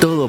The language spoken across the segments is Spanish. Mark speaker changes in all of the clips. Speaker 1: Todo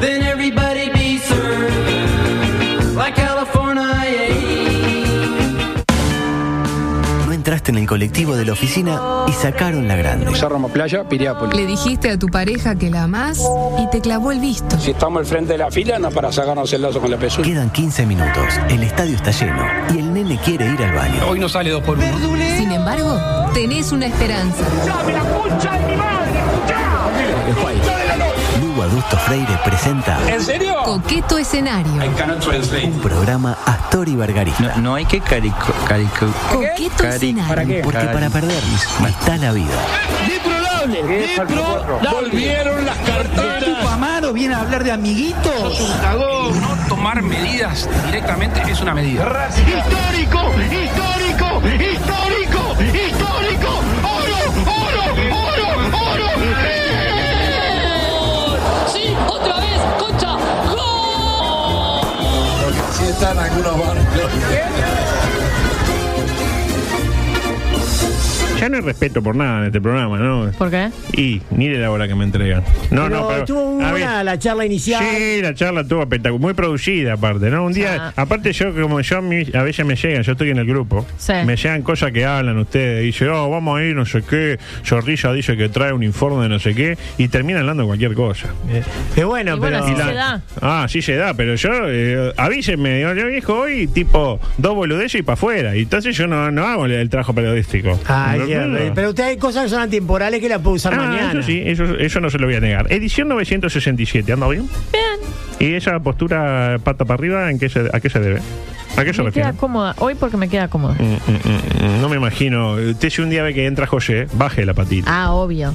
Speaker 2: Then everybody be served like California.
Speaker 1: No entraste en el colectivo de la oficina y sacaron la grande.
Speaker 3: Cerro Playa, Piriápolis.
Speaker 4: Le dijiste a tu pareja que la amás y te clavó el visto.
Speaker 3: Si estamos al frente de la fila, no para sacarnos el lazo con la pezuña.
Speaker 1: Quedan 15 minutos, el estadio está lleno y el nene quiere ir al baño.
Speaker 3: Hoy no sale dos por uno.
Speaker 4: Sin embargo, tenés una esperanza.
Speaker 1: Lugo Adusto Freire presenta
Speaker 3: ¿En serio?
Speaker 4: Coqueto escenario.
Speaker 3: cannot translate.
Speaker 1: un programa Astor y Bargarista.
Speaker 5: No hay que carico, carico.
Speaker 4: Coqueto
Speaker 5: Cari-
Speaker 4: escenario.
Speaker 1: Porque para perder está la vida.
Speaker 3: Volvieron las carteras.
Speaker 6: Amaro viene a hablar de amiguitos.
Speaker 3: No tomar medidas directamente es una medida.
Speaker 7: histórico, histórico, histórico, histórico, oro, oro, oro, oro.
Speaker 8: Sí, otra vez, concha. ¡Gol!
Speaker 9: Ya no hay respeto por nada en este programa, ¿no?
Speaker 10: ¿Por qué?
Speaker 9: Y mire la hora que me entregan. No, no, pero.
Speaker 6: Tuvo
Speaker 9: a
Speaker 6: una
Speaker 9: ver,
Speaker 6: la charla inicial.
Speaker 9: Sí, la charla estuvo espectacular, muy producida aparte, ¿no? Un día,
Speaker 10: Ah.
Speaker 9: aparte yo, como yo, a, mí- a veces me llegan, yo estoy en el grupo,
Speaker 10: Sí.
Speaker 9: me llegan cosas que hablan ustedes, dice, oh, vamos a ir, no sé qué, Zorrilla dice que trae un informe de no sé qué, y terminan hablando de cualquier cosa.
Speaker 6: Qué Eh, bueno,
Speaker 10: Y
Speaker 6: pero.
Speaker 10: bueno, así
Speaker 9: Y la-
Speaker 10: se da.
Speaker 9: Ah, sí se da, pero yo, eh, avísenme, digo, yo viejo hoy, tipo, dos boludeces y para afuera, y entonces yo no, no hago el trabajo periodístico.
Speaker 6: Ay,
Speaker 9: ¿Me
Speaker 6: qué
Speaker 9: acuerdo?
Speaker 6: re- pero usted hay cosas que son atemporales que las puede usar
Speaker 9: Ah,
Speaker 6: mañana.
Speaker 9: Eso sí, eso, eso no se lo voy a negar. Edición 967, ¿anda bien?
Speaker 10: Bien.
Speaker 9: ¿Y esa postura pata para arriba en qué se, a qué se debe? ¿A qué se
Speaker 10: Me
Speaker 9: refiere?
Speaker 10: queda cómoda. Hoy porque me queda cómoda.
Speaker 9: Mm, mm, mm, mm, no me imagino. Usted si un día ve que entra José, baje la patita.
Speaker 10: Ah, obvio.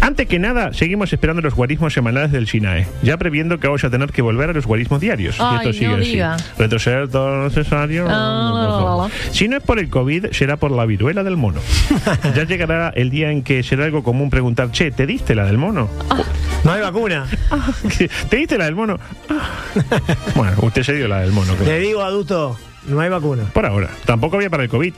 Speaker 9: Antes que nada, seguimos esperando los guarismos semanales del SINAE, ya previendo que vamos a tener que volver a los guarismos diarios.
Speaker 10: Ay,
Speaker 9: y esto sigue
Speaker 10: no
Speaker 9: así.
Speaker 10: diga.
Speaker 9: Retroceder todo lo necesario.
Speaker 10: Ah, la, la, la, la.
Speaker 9: Si no es por el COVID, será por la viruela del mono. ya llegará el día en que será algo común preguntar, che, ¿te diste la del mono?
Speaker 6: No hay vacuna.
Speaker 9: ¿Te diste la del mono? bueno, usted se dio la del mono. claro.
Speaker 6: Le digo, adulto, no hay vacuna.
Speaker 9: Por ahora. Tampoco había para el COVID.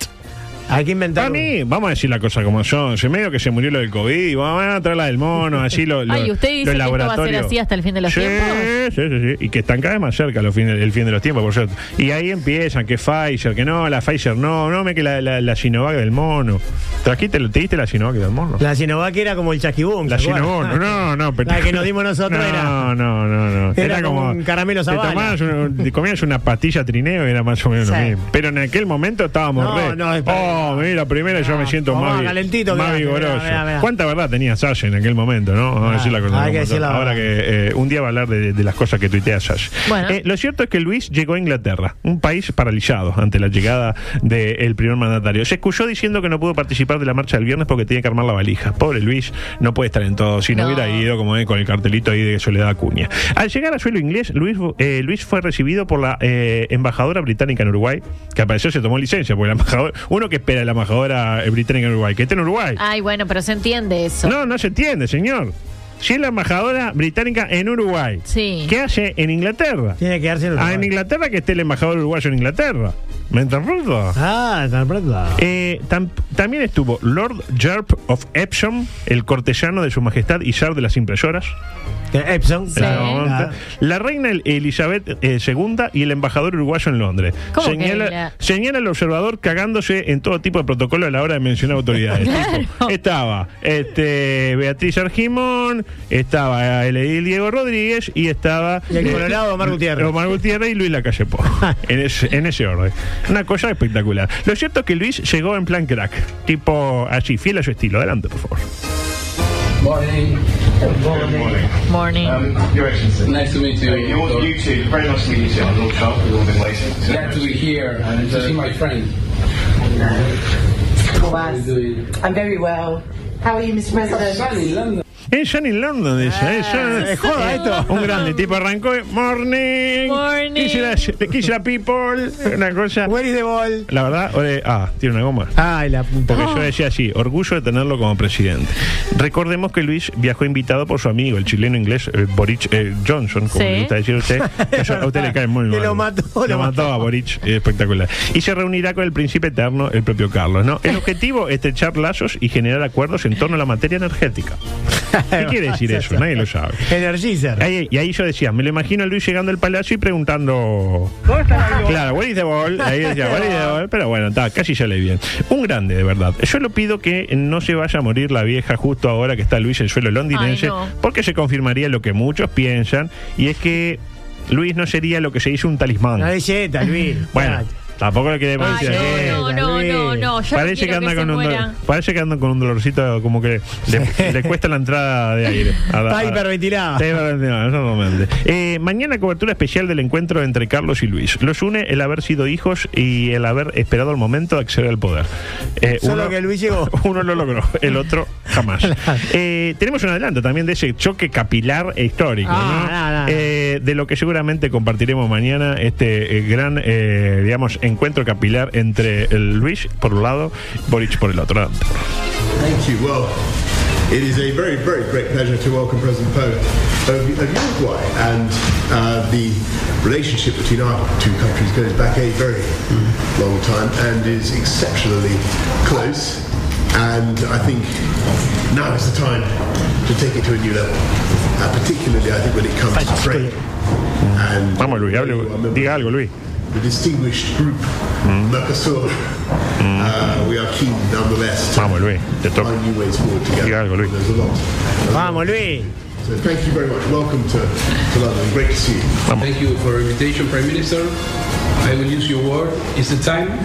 Speaker 6: Hay que inventar.
Speaker 9: Para
Speaker 6: una.
Speaker 9: mí, vamos a decir la cosa como son. Se medio que se murió lo del COVID. Vamos a traer la del mono, así lo, lo-
Speaker 10: Ay, ¿usted dice
Speaker 9: los
Speaker 10: que esto va a ser
Speaker 9: laboratorios.
Speaker 10: así hasta el fin de los
Speaker 9: Sí,
Speaker 10: tiempos?
Speaker 9: Sí, sí, sí. Y que están cada vez más cerca los fines- el fin de los tiempos, por cierto. Y ahí empiezan, que Pfizer, que no, la Pfizer no, no, me que la, la, la Sinovac del mono. ¿Trajiste, ¿Te diste la Sinovac del mono?
Speaker 6: La Sinovac era como el chasquibón.
Speaker 9: La
Speaker 6: ¿se acuerda?
Speaker 9: Cinnabon, no, no, pero-
Speaker 6: La que nos dimos nosotros
Speaker 9: no,
Speaker 6: era.
Speaker 9: No, no, no.
Speaker 6: Era como un caramelo
Speaker 9: te
Speaker 6: Zavala.
Speaker 9: tomabas un- te comías una pastilla trineo y era más o menos lo
Speaker 10: Sí.
Speaker 9: mismo. Pero en aquel momento estábamos
Speaker 6: No,
Speaker 9: re.
Speaker 6: no, es para-
Speaker 9: oh, mira, primero yo me siento
Speaker 6: tomá,
Speaker 9: más, vi-
Speaker 6: calentito,
Speaker 9: más
Speaker 6: mirá,
Speaker 9: vigoroso.
Speaker 6: mirá, mirá, mirá.
Speaker 9: ¿Cuánta verdad tenía Sash en aquel momento, no? Vamos a
Speaker 6: Ah,
Speaker 9: decir la cosa
Speaker 6: hay que
Speaker 9: como
Speaker 6: decir
Speaker 9: son.
Speaker 6: la
Speaker 9: Ahora que eh, un día va a hablar de, de las cosas que tuitea Sash.
Speaker 10: Bueno.
Speaker 9: Eh, lo cierto es que Luis llegó a Inglaterra, un país paralizado ante la llegada del primer mandatario. Se excusó diciendo que no pudo participar de la marcha del viernes porque tenía que armar la valija. Pobre Luis, no puede estar en todo. Si no,
Speaker 10: No.
Speaker 9: hubiera ido, como es, con el cartelito ahí de Soledad Acuña. Al llegar a suelo inglés, Luis, eh, Luis fue recibido por la eh, embajadora británica en Uruguay, que apareció, se tomó licencia, porque la embajadora, uno que espera de la embajadora eh, británica en Uruguay, que esté en Uruguay.
Speaker 10: Ay, bueno, pero se entiende Ah, eso.
Speaker 9: No, no se entiende, señor. Si es la embajadora británica en Uruguay,
Speaker 10: Sí.
Speaker 9: ¿qué hace en Inglaterra?
Speaker 6: Tiene que quedarse en el.
Speaker 9: Ah, en Inglaterra que esté el embajador uruguayo en Inglaterra. ¿Me interrumpo?
Speaker 6: Ah, está pronto.
Speaker 9: Eh, tam- también estuvo Lord Jerp of Epsom, el cortesano de su majestad y zar de las impresoras.
Speaker 6: Eh, Epson.
Speaker 9: en ese momento.
Speaker 6: Ah.
Speaker 9: La reina El- Elizabeth eh, II y el embajador uruguayo en Londres.
Speaker 10: ¿Cómo que
Speaker 9: Señala,
Speaker 10: la-
Speaker 9: señala al observador cagándose en todo tipo de protocolo a la hora de mencionar autoridades.
Speaker 10: Claro.
Speaker 9: Tipo, estaba este, Beatriz Argimón, estaba eh, el edil Diego Rodríguez y estaba...
Speaker 6: Y el
Speaker 9: eh,
Speaker 6: colorado Omar Gutiérrez.
Speaker 9: Omar Gutiérrez y Luis Lacalle Pou. en, ese, en ese orden. Una cosa espectacular. Lo cierto es que Luis llegó en plan crack. Tipo así, fiel a su estilo. Adelante, por favor.
Speaker 10: Morning.
Speaker 9: Ah,
Speaker 7: Your Excellency. Nice to meet you. You, too. Very nice to meet you, I'm Lord Charles. We've all been waiting. Glad to be here and to see my friend.
Speaker 8: I'm very well.
Speaker 9: Es Johnny London, dice. es Johnny-
Speaker 6: Eh, joda esto.
Speaker 9: Un grande tipo arrancó. eh, Morning.
Speaker 10: Morning.
Speaker 9: Kiss la, kiss la people. Una cosa.
Speaker 6: Where is the ball?
Speaker 9: La verdad, ole- ah, tiene una goma.
Speaker 6: Ay, la puta.
Speaker 9: Porque yo decía así, orgullo de tenerlo como presidente. Recordemos que Luis viajó invitado por su amigo, el chileno inglés eh, Boric eh, Johnson, como
Speaker 10: Sí.
Speaker 9: le gusta decir a usted. Eso a usted le cae muy
Speaker 6: Que
Speaker 9: mal.
Speaker 6: lo mató,
Speaker 9: Lo,
Speaker 6: lo
Speaker 9: mató,
Speaker 6: mató.
Speaker 9: a Boric, eh, espectacular. Y se reunirá con el príncipe eterno, el propio Carlos. ¿no? El objetivo es echar lazos y generar acuerdos en torno a la materia energética. ¿Qué quiere decir eso? Nadie lo sabe.
Speaker 6: Energizer.
Speaker 9: Ahí- y ahí yo decía, me lo imagino a Luis llegando al palacio y preguntando. ¿Dónde está Claro, where is the ball? Ahí decía, where is the ball? Pero bueno, está, casi ya leí bien. Un grande, de verdad. Yo lo pido que no se vaya a morir la vieja justo ahora que está Luis en suelo londinense,
Speaker 10: Ay, no.
Speaker 9: porque se confirmaría lo que muchos piensan, y es que Luis no sería lo que se hizo un talismán.
Speaker 6: La billeta, Luis.
Speaker 9: Bueno, tampoco lo queremos
Speaker 10: Ay,
Speaker 9: decir. eh.
Speaker 10: no, no, no, no, no. Yo
Speaker 9: Parece que,
Speaker 10: no quiero
Speaker 9: anda
Speaker 10: se
Speaker 9: con un
Speaker 10: muera.
Speaker 9: dolor- parece que anda con un dolorcito como que le, le cuesta la entrada de aire. A la-
Speaker 6: Está
Speaker 9: a-
Speaker 6: hiperventilado.
Speaker 9: Está hiperventilado, exactamente. Eh, mañana cobertura especial del encuentro entre Carlos y Luis. Los une el haber sido hijos y el haber esperado el momento de acceder al poder. Eh,
Speaker 6: Solo que Luis llegó.
Speaker 9: Uno lo logró, el otro jamás. Eh, tenemos un adelanto también de ese choque capilar e histórico.
Speaker 6: Ah,
Speaker 9: ¿no?
Speaker 6: no, no, no.
Speaker 9: Eh, eh, de lo que seguramente compartiremos mañana, este eh, gran, eh, digamos, encuentro capilar entre el Luis por un lado, Boric por el otro.
Speaker 7: Thank you. Well, it is a very, very great pleasure to welcome President Poe of, of Uruguay. And uh, the relationship between our two countries goes back a very long time and is exceptionally close. And I think now is the time to take it to a new level, uh, particularly, I think, when it comes to trade. And
Speaker 9: Vamos, Luis, hable, diga algo, Luis. Mm.
Speaker 7: the distinguished group, Mercosur. Uh, we are keen, nonetheless, to
Speaker 9: Vamos, Luis, te toca.
Speaker 7: find new ways forward together.
Speaker 9: Diga algo, Luis.
Speaker 7: There's a lot.
Speaker 6: Vamos, Luis.
Speaker 7: So thank you very much. Welcome to, to London. Great to see you.
Speaker 11: Thank you for your invitation, Prime Minister. I will use your word. It's the time.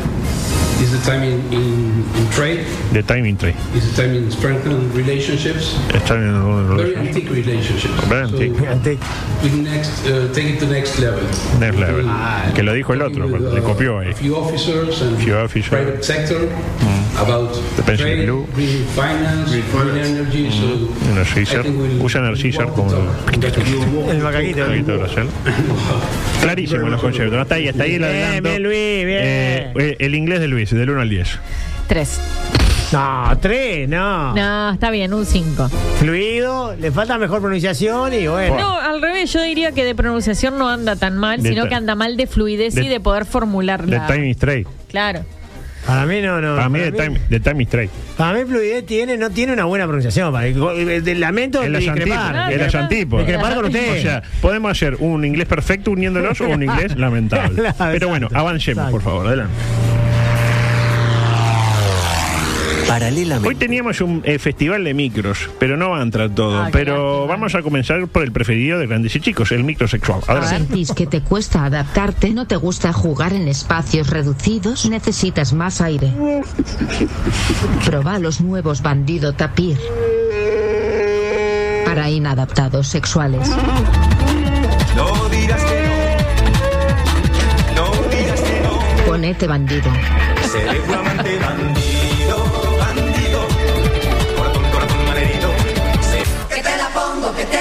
Speaker 11: It's the time in, in, in trade.
Speaker 9: The timing tree.
Speaker 11: It's the time in strengthening relationships.
Speaker 9: Está en el-
Speaker 11: Very antique relationships.
Speaker 9: Very
Speaker 11: So
Speaker 9: antique.
Speaker 6: Ante-
Speaker 11: we next, uh, take it to next level. Ah,
Speaker 9: Next level. Que lo dijo el otro,
Speaker 11: With, uh,
Speaker 9: le copió ahí.
Speaker 11: A few officers and
Speaker 9: Few officers. Mm.
Speaker 11: private sector about
Speaker 9: The pension
Speaker 11: trade,
Speaker 9: blue. Mm.
Speaker 11: green finance, green,
Speaker 7: finance.
Speaker 11: energy. So
Speaker 9: En el Caesar.
Speaker 11: I think we'll-
Speaker 9: Usa en el
Speaker 11: we'll
Speaker 9: Caesar
Speaker 11: walk
Speaker 9: como-
Speaker 11: the talk.
Speaker 6: El macaquito.
Speaker 9: Ahí está, Brasil. Clarísimo los conceptos. ¿no? Hasta ahí, hasta ahí el
Speaker 6: Bien,
Speaker 9: adelanto.
Speaker 6: bien, Luis, bien.
Speaker 9: Eh, eh, el inglés de Luis, del 1 al 10.
Speaker 10: Tres.
Speaker 6: No, tres,
Speaker 9: Ah.
Speaker 6: no.
Speaker 10: No, está bien, un cinco.
Speaker 6: Fluido, le falta mejor pronunciación y bueno.
Speaker 10: No, al revés, yo diría que de pronunciación no anda tan mal,
Speaker 9: De
Speaker 10: sino
Speaker 9: ta-
Speaker 10: que anda mal de fluidez
Speaker 9: de-
Speaker 10: y de poder
Speaker 9: The
Speaker 10: formularla.
Speaker 9: time is trade.
Speaker 10: Claro.
Speaker 6: Ah, Para mí no, no.
Speaker 9: Para mí, the time, the time is trade.
Speaker 6: para mí fluidez tiene, no tiene una buena pronunciación. Para, el lamento
Speaker 9: En
Speaker 6: de
Speaker 9: las
Speaker 6: Ah, discrepar.
Speaker 9: antípodas.
Speaker 10: Claro,
Speaker 9: En las
Speaker 10: claro.
Speaker 9: antípodas.
Speaker 6: Discrepar con usted.
Speaker 9: O sea, podemos hacer un inglés perfecto uniéndolos o un inglés lamentable.
Speaker 6: Claro,
Speaker 9: Pero bueno,
Speaker 6: exacto,
Speaker 9: avancemos,
Speaker 6: exacto.
Speaker 9: por favor. Adelante. Hoy
Speaker 1: Paralelamente,
Speaker 9: teníamos un eh, festival de micros, pero no va a entrar todo.
Speaker 10: Ah, qué
Speaker 9: pero
Speaker 10: lástima.
Speaker 9: vamos a comenzar por el preferido de grandes y chicos, el microsexual.
Speaker 6: Ah,
Speaker 9: Adelante.
Speaker 10: ¿Sentís que te cuesta adaptarte? ¿No te gusta jugar en espacios reducidos? ¿Necesitas más aire? Proba los nuevos Bandido Tapir. Para inadaptados sexuales. Ponete bandido.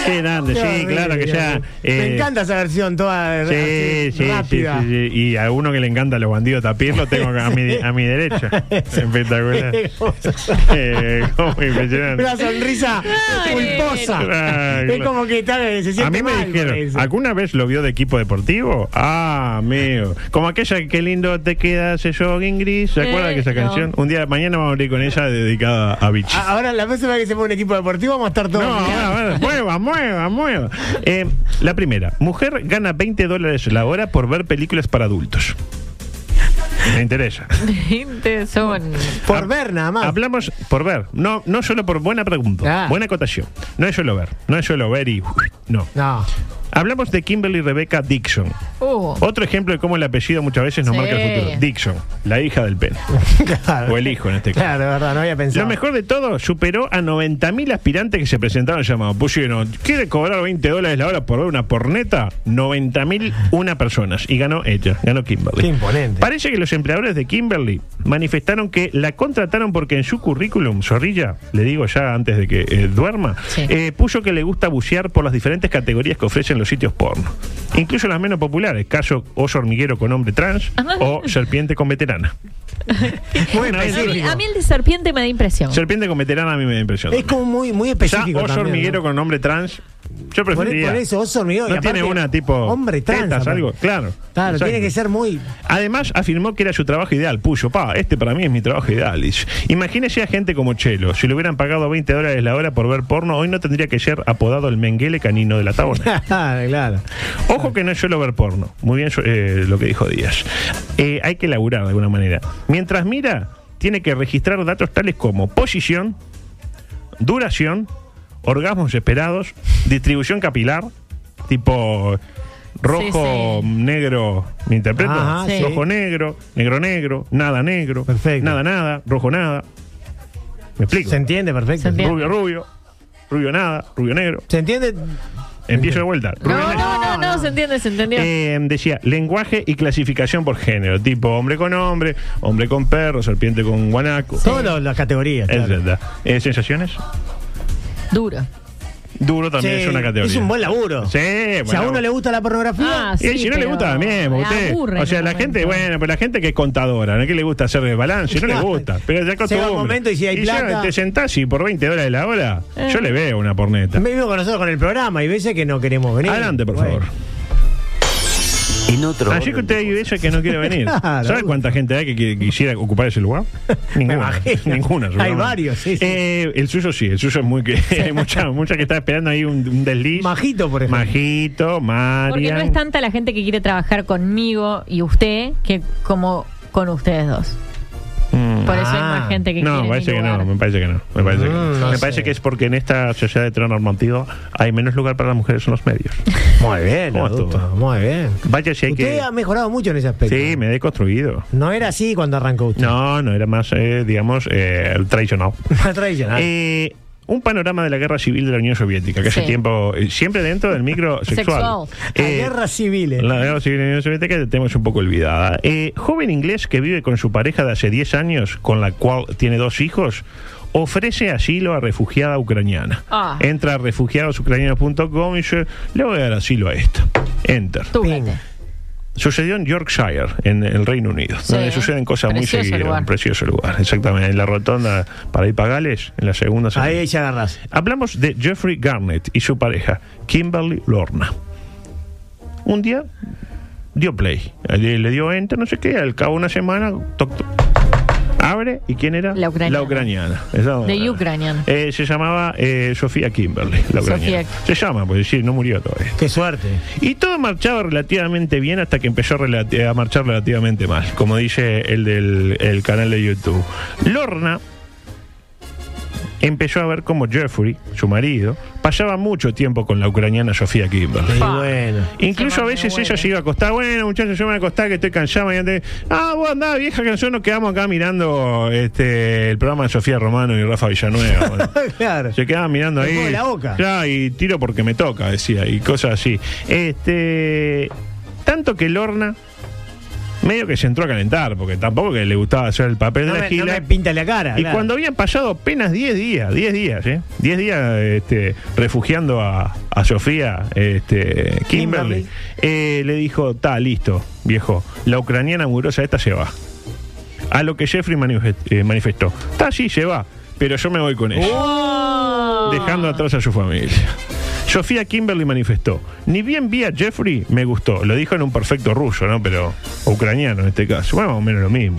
Speaker 9: Qué grande, sí, claro que ya.
Speaker 6: Me
Speaker 9: eh,
Speaker 6: encanta esa versión toda
Speaker 9: Sí,
Speaker 6: así,
Speaker 9: sí, sí,
Speaker 6: rápida.
Speaker 9: sí, sí. Y a uno que le encanta los bandidos tapir lo tengo acá a mi, a mi derecha. Espectacular. Eh, como impresionante.
Speaker 6: Una sonrisa pulposa.
Speaker 9: Ay,
Speaker 6: es
Speaker 9: claro.
Speaker 6: como que está, se siente
Speaker 9: A mí me
Speaker 6: mal,
Speaker 9: dijeron,
Speaker 6: parece.
Speaker 9: ¿alguna vez lo vio de equipo deportivo? Ah, amigo. Como aquella, qué lindo te queda ese jogging gris. ¿Se
Speaker 10: Eh,
Speaker 9: acuerdan de esa
Speaker 10: no.
Speaker 9: canción? Un día, mañana vamos a abrir con ella dedicada a Vichy.
Speaker 6: A- Ah, Ahora la próxima vez que se pone un equipo deportivo vamos a estar todos.
Speaker 9: No, ahora, ahora, mueva, mueva, mueva. Eh, la primera, mujer gana 20 dólares la hora por ver películas para adultos. Me interesa.
Speaker 10: Son.
Speaker 6: por
Speaker 9: Hab-
Speaker 6: ver nada más.
Speaker 9: Hablamos por ver, no, no solo por buena pregunta,
Speaker 6: Ah.
Speaker 9: buena acotación. No es solo ver, no es solo ver y... No.
Speaker 6: No.
Speaker 9: Hablamos de Kimberly Rebecca Dixon.
Speaker 12: Uh,
Speaker 9: Otro ejemplo de cómo el apellido muchas veces nos
Speaker 12: Sí.
Speaker 9: marca el futuro. Dixon, la hija del pen.
Speaker 6: Claro.
Speaker 9: O el hijo en este caso.
Speaker 6: Claro, de verdad, no había pensado.
Speaker 9: Lo mejor de todo, superó a 90.000 aspirantes que se presentaron al llamado. Pusieron, ¿quiere cobrar 20 dólares la hora por ver una porneta? 90.000 una personas. Y ganó ella, ganó Kimberly.
Speaker 6: Qué imponente.
Speaker 9: Parece que los empleadores de Kimberly manifestaron que la contrataron porque en su currículum, Zorrilla, le digo ya antes de que eh, duerma,
Speaker 12: Sí.
Speaker 9: eh, puso que le gusta bucear por las diferentes categorías que ofrecen los sitios porno. Incluso las menos populares, caso oso hormiguero con hombre trans o serpiente con veterana.
Speaker 6: Muy
Speaker 9: Una vez-
Speaker 12: a, mí, a mí el de serpiente me da impresión.
Speaker 9: Serpiente con veterana a mí me da impresión.
Speaker 6: Es como muy, muy
Speaker 9: Ya
Speaker 6: específico.
Speaker 9: oso
Speaker 6: también,
Speaker 9: hormiguero
Speaker 6: ¿no?
Speaker 9: con nombre trans. Yo
Speaker 6: Por,
Speaker 9: preferiría.
Speaker 6: por eso, oso hormiguero. y
Speaker 9: No
Speaker 6: aparte,
Speaker 9: tiene una tipo.
Speaker 6: Hombre trans.
Speaker 9: tetas,
Speaker 6: aparte.
Speaker 9: algo. Claro.
Speaker 6: Claro,
Speaker 9: Exacto.
Speaker 6: tiene que ser muy.
Speaker 9: Además, afirmó que era su trabajo ideal. Puyo, pa, este para mí es mi trabajo ideal. Dice. Imagínese a gente como Chelo. Si le hubieran pagado 20 dólares la hora por ver porno, hoy no tendría que ser apodado el menguele canino de la tabona.
Speaker 6: Claro, claro.
Speaker 9: Ojo que no es solo ver porno. Muy bien eh, lo que dijo Díaz. Eh, hay que laburar de alguna manera. Mientras mira, tiene que registrar datos tales como posición, duración, orgasmos esperados, distribución capilar, tipo rojo,
Speaker 12: Sí, sí.
Speaker 9: negro, ¿me interpreto?
Speaker 6: Ajá,
Speaker 12: Sí.
Speaker 9: Rojo negro, negro negro, nada negro,
Speaker 6: Ah, Perfecto.
Speaker 9: nada nada, rojo nada. ¿Me explico?
Speaker 6: Se entiende perfecto.
Speaker 12: Se entiende.
Speaker 9: Rubio rubio, rubio nada, rubio negro.
Speaker 6: Se entiende.
Speaker 9: Empiezo de vuelta.
Speaker 12: No,
Speaker 9: Rubio
Speaker 12: no,
Speaker 9: negro.
Speaker 12: no, no, se entiende, se entendió.
Speaker 9: Eh, decía, lenguaje y clasificación por género, tipo hombre con hombre, hombre con perro, serpiente con guanaco.
Speaker 6: Todas las categorías.
Speaker 9: Es
Speaker 6: claro.
Speaker 9: verdad. Eh, ¿Sensaciones?
Speaker 12: Duro.
Speaker 9: Duro también
Speaker 6: Sí,
Speaker 9: es una categoría.
Speaker 6: Es un buen laburo.
Speaker 9: Sí,
Speaker 6: Si
Speaker 9: bueno.
Speaker 6: a uno le gusta la pornografía.
Speaker 12: Ah, sí,
Speaker 9: Eh, y si no le
Speaker 12: pero
Speaker 9: gusta también, porque
Speaker 12: me
Speaker 9: usted-
Speaker 12: aburre
Speaker 9: o sea,
Speaker 12: en
Speaker 9: la
Speaker 12: un
Speaker 9: gente,
Speaker 12: momento.
Speaker 9: bueno, pues la gente que es contadora, ¿no? Que le gusta hacer balance, no le
Speaker 6: Claro.
Speaker 9: gusta. Pero ya
Speaker 6: Llega un
Speaker 9: acostumbra.
Speaker 6: momento y si hay
Speaker 9: ya
Speaker 6: plata-
Speaker 9: te sentás y por 20 dólares la hora,
Speaker 12: Eh.
Speaker 9: yo le veo una
Speaker 12: Ah.
Speaker 9: porneta.
Speaker 6: Me vivo con nosotros con el programa y veces que no queremos venir.
Speaker 9: Adelante, por
Speaker 6: Bueno.
Speaker 9: favor.
Speaker 1: En otro.
Speaker 9: Así que usted vive eso que no quiere venir.
Speaker 6: Claro.
Speaker 9: ¿Sabe cuánta gente hay que qui- quisiera ocupar ese lugar? Ninguna.
Speaker 6: imagino.
Speaker 9: Ninguna.
Speaker 6: Hay
Speaker 9: seguramente.
Speaker 6: varios, sí, sí.
Speaker 9: Eh, el suyo sí, el suyo es muy que. Hay mucha, mucha que está esperando ahí un, un desliz.
Speaker 6: Majito, por ejemplo.
Speaker 9: Majito,
Speaker 12: Porque
Speaker 9: Marian.
Speaker 12: no es tanta la gente que quiere trabajar conmigo y usted que como con ustedes dos.
Speaker 9: Mm.
Speaker 12: Por eso
Speaker 6: Ah.
Speaker 12: hay más gente que
Speaker 9: No,
Speaker 12: quiere.
Speaker 9: me
Speaker 12: mi
Speaker 9: parece que no,
Speaker 12: lugar.
Speaker 9: me parece que no. Me parece, que, no.
Speaker 6: Mm, no
Speaker 9: Me
Speaker 6: sé.
Speaker 9: parece que es porque en esta sociedad heteronormativa hay menos lugar para las mujeres en los medios.
Speaker 6: Muy bien,
Speaker 9: ¿Cómo
Speaker 6: adulto,
Speaker 9: estuvo?
Speaker 6: muy bien.
Speaker 9: Vaya si hay
Speaker 6: Usted
Speaker 9: que.
Speaker 6: ha mejorado mucho en ese aspecto.
Speaker 9: Sí, me he deconstruido.
Speaker 6: No era así cuando arrancó usted.
Speaker 9: No, no, era más, eh, digamos, eh, tradicional.
Speaker 6: Más tradicional.
Speaker 9: Eh, un panorama de la guerra civil de la Unión Soviética, que hace
Speaker 12: Sí.
Speaker 9: tiempo, eh, siempre dentro del micro sexual.
Speaker 12: Sexual.
Speaker 6: La
Speaker 9: Eh,
Speaker 6: guerra civil. eh.
Speaker 9: la guerra civil de la Unión Soviética la tenemos un poco olvidada. Eh, joven inglés que vive con su pareja de hace 10 años, con la cual tiene dos hijos, ofrece asilo a refugiada ucraniana.
Speaker 12: Ah.
Speaker 9: Entra a refugiadosucranianos.com y dice, le voy a dar asilo a esta. Enter.
Speaker 12: Túlgate.
Speaker 9: Sucedió en Yorkshire, en el Reino Unido,
Speaker 12: Sí.
Speaker 9: donde suceden cosas muy
Speaker 12: Precioso
Speaker 9: seguidas.
Speaker 12: lugar.
Speaker 9: Un precioso lugar, exactamente. En la rotonda para ir para Gales, en la segunda. salida.
Speaker 6: Ahí ya agarras.
Speaker 9: Hablamos de Jeffrey Garnett y su pareja, Kimberly Lorna. Un día dio play, le, le dio enter, no sé qué, al cabo de una semana, toc, toc. abre, ¿y quién era?
Speaker 12: La ucraniana.
Speaker 9: ucraniana. Esa-
Speaker 12: The Ukrainian.
Speaker 9: Eh, se llamaba eh, Sofía Kimberly, la ucraniana.
Speaker 12: Sofía.
Speaker 9: Se llama, porque sí, no murió todavía.
Speaker 6: Qué suerte.
Speaker 9: Y todo marchaba relativamente bien hasta que empezó relati- a marchar relativamente mal, como dice el del el canal de YouTube. Lorna empezó a ver cómo Jeffrey, su marido, pasaba mucho tiempo con la ucraniana Sofía Kimberley.
Speaker 6: Y bueno.
Speaker 9: Incluso a
Speaker 12: Se
Speaker 9: veces
Speaker 12: mantiene
Speaker 9: ella se iba a acostar, bueno muchachos, yo me voy a acostar que estoy cansada mañana te- Ah, vos andá vieja que nosotros nos quedamos acá mirando este el programa de Sofía Romano y Rafa Villanueva. Bueno.
Speaker 6: claro.
Speaker 9: Se quedaba mirando
Speaker 6: Me
Speaker 9: ahí.
Speaker 6: come la boca.
Speaker 9: Claro, y tiro porque me toca, decía, y cosas así. Este. Tanto que Lorna. Medio que se entró a calentar, porque tampoco que le gustaba hacer el papel
Speaker 6: No
Speaker 9: de la
Speaker 6: me, no
Speaker 9: gila.
Speaker 6: me pinta la cara.
Speaker 9: y
Speaker 6: claro.
Speaker 9: cuando habían pasado apenas 10 días, 10 días, ¿eh? 10 días este, refugiando a, a Sofía este,
Speaker 6: Kimberly.
Speaker 9: Kimberly, eh, le dijo, está listo, viejo, la ucraniana mugrosa esta se va. A lo que Jeffrey manifest- eh, manifestó, está sí, se va, pero yo me voy con ella dejando atrás a su familia. Sofía Kimberly manifestó, ni bien vi a Jeffrey, me gustó. Lo dijo en un perfecto ruso, ¿no? Pero ucraniano en este caso. Bueno, más o menos lo mismo.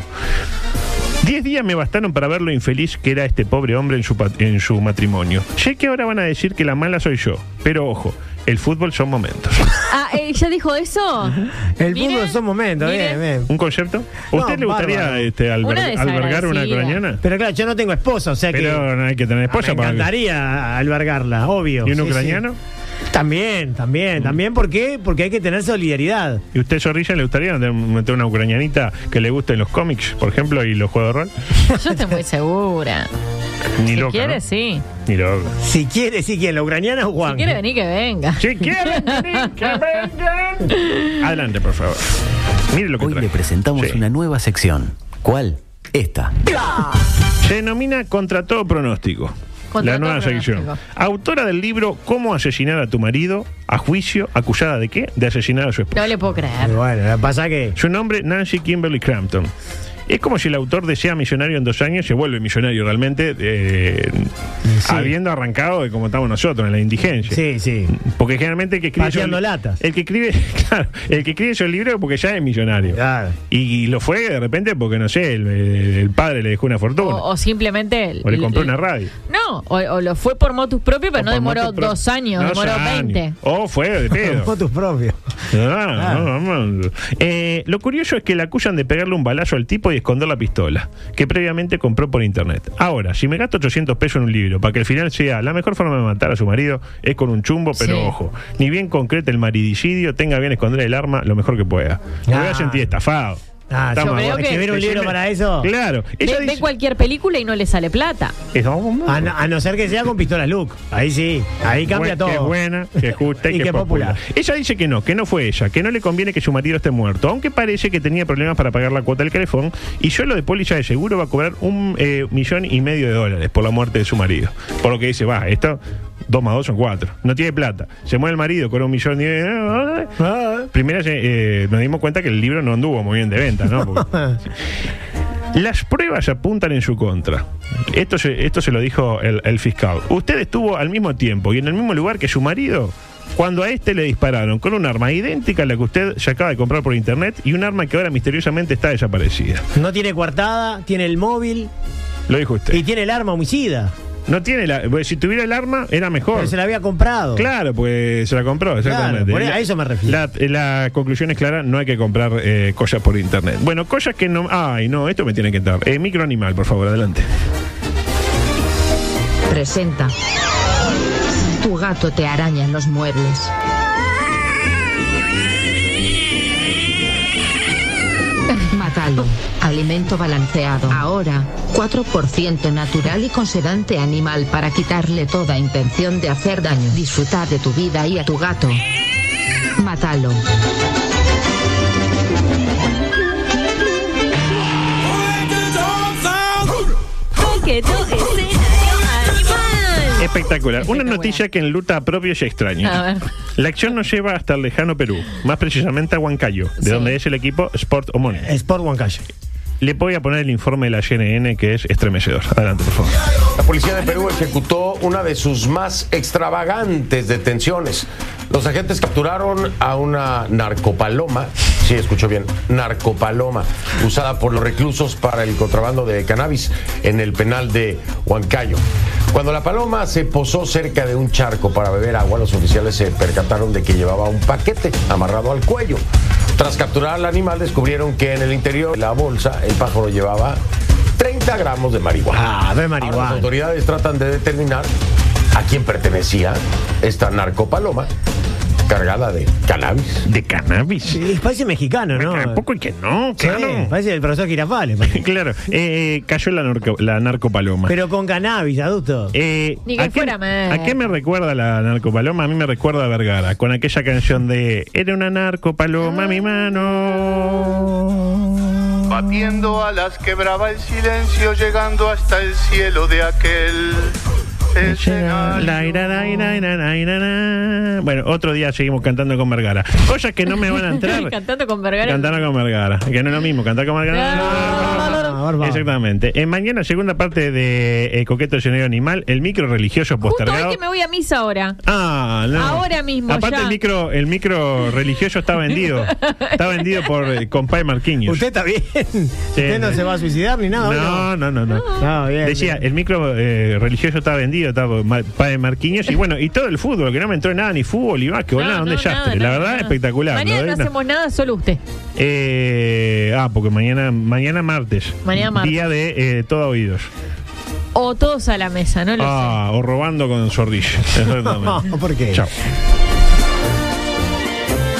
Speaker 9: Diez días me bastaron para ver lo infeliz que era este pobre hombre en su, pat- en su matrimonio. Sé que ahora van a decir que la mala soy yo, pero ojo, el fútbol son momentos.
Speaker 12: Ah, ¿ella dijo eso?
Speaker 6: El
Speaker 12: Mire,
Speaker 6: fútbol son momentos.
Speaker 12: mire.
Speaker 6: Bien, bien.
Speaker 9: ¿Un concepto? ¿A usted
Speaker 6: No,
Speaker 9: le gustaría
Speaker 6: bárbaro.
Speaker 9: este, alber-
Speaker 12: Una
Speaker 9: albergar una
Speaker 12: desagradecida.
Speaker 9: ucraniana?
Speaker 6: Pero claro, yo no tengo esposa, o sea que. Ah,
Speaker 9: Pero no hay que tener esposa
Speaker 6: me
Speaker 9: para...
Speaker 6: encantaría albergarla, obvio.
Speaker 9: ¿Y un
Speaker 6: Sí, sí.
Speaker 9: ucraniano? Mm.
Speaker 6: También, también, también. ¿Por qué? Porque hay que tener solidaridad.
Speaker 9: ¿Y usted, Zorrilla, le gustaría meter- meter una ucranianita que le gusten los cómics, por ejemplo, y los juegos de rol?
Speaker 12: Yo estoy muy segura.
Speaker 9: Ni
Speaker 12: si
Speaker 9: loca,
Speaker 12: quiere,
Speaker 9: ¿no?
Speaker 12: sí.
Speaker 9: Ni loco.
Speaker 6: Si quiere, si quiere, la ucraniana o Juan.
Speaker 12: Si quiere venir, que venga.
Speaker 9: Si quiere venir, que vengan. Adelante, por favor. Mire lo que
Speaker 1: Hoy
Speaker 9: traje.
Speaker 1: le presentamos
Speaker 9: Sí.
Speaker 1: una nueva sección. ¿Cuál? Esta.
Speaker 9: Se denomina Contra todo pronóstico.
Speaker 12: Contra
Speaker 9: la nueva
Speaker 12: todo
Speaker 9: sección.
Speaker 12: pronóstico.
Speaker 9: Autora del libro Cómo asesinar a tu marido, a juicio, acusada de qué? De asesinar a su esposa.
Speaker 12: No le puedo creer.
Speaker 6: Bueno, lo que pasa que.
Speaker 9: Su nombre, Nancy Kimberly Crampton. Es como si el autor desea millonario en dos años, se vuelve millonario realmente, eh,
Speaker 6: Sí.
Speaker 9: habiendo arrancado de como estamos nosotros, en la indigencia.
Speaker 6: Sí, sí.
Speaker 9: Porque generalmente el que escribe.
Speaker 6: Pateando
Speaker 9: esos-
Speaker 6: latas.
Speaker 9: El que escribe, claro, el que escribe esos libros es porque ya es millonario.
Speaker 6: Claro.
Speaker 9: Y, y lo fue de repente porque, no sé, el, el padre le dejó una fortuna.
Speaker 12: O, o simplemente.
Speaker 9: O le compró una radio.
Speaker 12: No, o, o lo fue por motus propio, pero no
Speaker 9: O por
Speaker 12: demoró
Speaker 9: motos pro-
Speaker 12: dos años,
Speaker 9: Dos
Speaker 12: demoró
Speaker 9: años.
Speaker 12: 20.
Speaker 9: O fue de pedo.
Speaker 6: Con tus propios.
Speaker 9: Ah, no, vamos. Eh, lo curioso es que le acusan de pegarle un balazo al tipo y esconder la pistola, que previamente compró por internet. Ahora, si me gasto 800 pesos en un libro para que al final sea la mejor forma de matar a su marido es con un chumbo, pero
Speaker 12: Sí.
Speaker 9: ojo, ni bien concrete el maridicidio, tenga bien esconder el arma lo mejor que pueda. Me voy a
Speaker 6: Ah.
Speaker 9: sentir estafado.
Speaker 6: Ah,
Speaker 9: Está
Speaker 12: yo
Speaker 9: más
Speaker 12: creo
Speaker 9: bueno.
Speaker 12: que-
Speaker 6: ¿Escribir un libro para eso?
Speaker 9: Claro.
Speaker 12: Ve,
Speaker 9: Ella
Speaker 12: ve
Speaker 9: dice-
Speaker 12: cualquier película y no le sale plata.
Speaker 9: Es- vamos, vamos.
Speaker 6: A no, a no ser que sea con pistola Luke. Ahí sí. Ahí cambia
Speaker 9: Buen-
Speaker 6: todo.
Speaker 9: Que es buena, que es justa y, que, es popular. Ella dice que no, que no fue ella, que no le conviene que su marido esté muerto, aunque parece que tenía problemas para pagar la cuota del calefón y solo de póliza de seguro va a cobrar un eh, millón y medio de dólares por la muerte de su marido. Por lo que dice, va, esto... Dos más dos son cuatro. No tiene plata. Se muere el marido con un millón y medio de dólares.
Speaker 6: Ah.
Speaker 9: Primero eh, nos dimos cuenta que el libro no anduvo muy bien de venta, ¿no? Porque- Las pruebas apuntan en su contra. Esto se, esto se lo dijo el, el fiscal. Usted estuvo al mismo tiempo y en el mismo lugar que su marido cuando a este le dispararon con un arma idéntica a la que usted se acaba de comprar por internet y un arma que ahora misteriosamente está desaparecida.
Speaker 6: No tiene coartada, tiene el móvil
Speaker 9: Lo dijo usted.
Speaker 6: y tiene el arma homicida.
Speaker 9: No tiene la, porque si tuviera el arma era mejor.
Speaker 6: Pero se la había comprado.
Speaker 9: Claro, pues se la compró, exactamente.
Speaker 6: por ahí- a eso me refiero.
Speaker 9: La, la conclusión es clara, no hay que comprar eh, cosas por internet. Bueno, cosas que no... Ay, no, esto me tiene que entrar. Eh, microanimal, por favor, adelante.
Speaker 10: Presenta. Tu gato te araña en los muebles. Matalo. Alimento balanceado. Ahora, 4% natural y con sedante animal para quitarle toda intención de hacer daño. Disfruta de tu vida y a tu gato. Matalo.
Speaker 9: Espectacular. Una
Speaker 12: Espectacular.
Speaker 9: noticia que en luta propia y extraña.
Speaker 12: A ver.
Speaker 9: La acción nos lleva hasta el lejano Perú, más precisamente a Huancayo, de
Speaker 12: Sí. Eh.
Speaker 9: donde es el equipo Sport Omone.
Speaker 6: Sport Huancayo.
Speaker 9: Le voy a poner el informe de la CNN que es estremecedor. Adelante, por favor.
Speaker 13: La policía de Perú ejecutó una de sus más extravagantes detenciones. Los agentes capturaron a una narcopaloma, sí, escuchó bien, narcopaloma, usada por los reclusos para el contrabando de cannabis en el penal de Huancayo. Cuando la paloma se posó cerca de un charco para beber agua, los oficiales se percataron de que llevaba un paquete amarrado al cuello. Tras capturar al animal, descubrieron que en el interior de la bolsa el pájaro llevaba 30 gramos de marihuana.
Speaker 6: Ah, ve
Speaker 13: Ahora
Speaker 6: marihuana.
Speaker 13: las autoridades tratan de determinar a quién pertenecía esta narcopaloma cargada de cannabis.
Speaker 9: ¿De cannabis?
Speaker 6: Sí, parece mexicano, ¿no?
Speaker 9: Tampoco y que no,
Speaker 6: Sí,
Speaker 9: claro.
Speaker 6: Parece el profesor Girafales. parece.
Speaker 9: claro. Eh, cayó la, narco- la narcopaloma.
Speaker 6: Pero con cannabis, adulto.
Speaker 9: Eh,
Speaker 12: Ni que
Speaker 9: ¿a, qué,
Speaker 12: fuera Merck.
Speaker 9: a qué me recuerda la narcopaloma? A mí me recuerda a Vergara, con aquella canción de Era una
Speaker 12: Ah.
Speaker 9: narcopaloma mi mano.
Speaker 14: Batiendo alas quebraba el silencio, llegando hasta el cielo de aquel
Speaker 9: La, ira, la, ira, ira, la, ira, la. Bueno, otro día seguimos cantando con Vergara. Cosas que no me van a entrar.
Speaker 12: Cantando con Vergara.
Speaker 9: Cantar con Vergara, que no es lo mismo, cantar con Vergara.
Speaker 6: Ah, bárbaro.
Speaker 9: Exactamente. Eh, mañana, segunda parte de eh, Coqueto Escenario Animal, el micro religioso
Speaker 12: Justo
Speaker 9: postergado.
Speaker 12: hoy que me voy a misa ahora.
Speaker 9: Ah, no.
Speaker 12: Ahora mismo,
Speaker 9: Aparte
Speaker 12: ya.
Speaker 9: el micro, el micro religioso está vendido. está vendido por eh, Compay Marquinhos.
Speaker 6: Usted está bien. Usted no
Speaker 9: sí.
Speaker 6: se va a suicidar
Speaker 12: Ah,
Speaker 6: ni nada.
Speaker 9: No,
Speaker 6: ¿o
Speaker 9: no, no, no.
Speaker 6: No, bien,
Speaker 9: Decía,
Speaker 6: bien.
Speaker 9: el micro eh, religioso está vendido, está por Ma- Padre Marquinhos, y bueno, y todo el fútbol, que no me entró nada, ni fútbol, ni básquetbol,
Speaker 12: No,
Speaker 9: nada, un
Speaker 12: no, nada,
Speaker 9: desastre. La
Speaker 12: nada,
Speaker 9: verdad,
Speaker 12: nada.
Speaker 9: espectacular.
Speaker 12: Mañana
Speaker 9: ¿no?
Speaker 12: no,
Speaker 9: Una-
Speaker 12: hacemos nada, solo usted.
Speaker 9: Eh, ah, porque mañana, mañana martes.
Speaker 12: Mañana martes.
Speaker 9: Día de eh, todo oídos.
Speaker 12: O todos a la mesa, no lo
Speaker 9: Ah, o robando con sordillo.
Speaker 6: No, ¿por qué?
Speaker 9: Chao.
Speaker 12: Oh.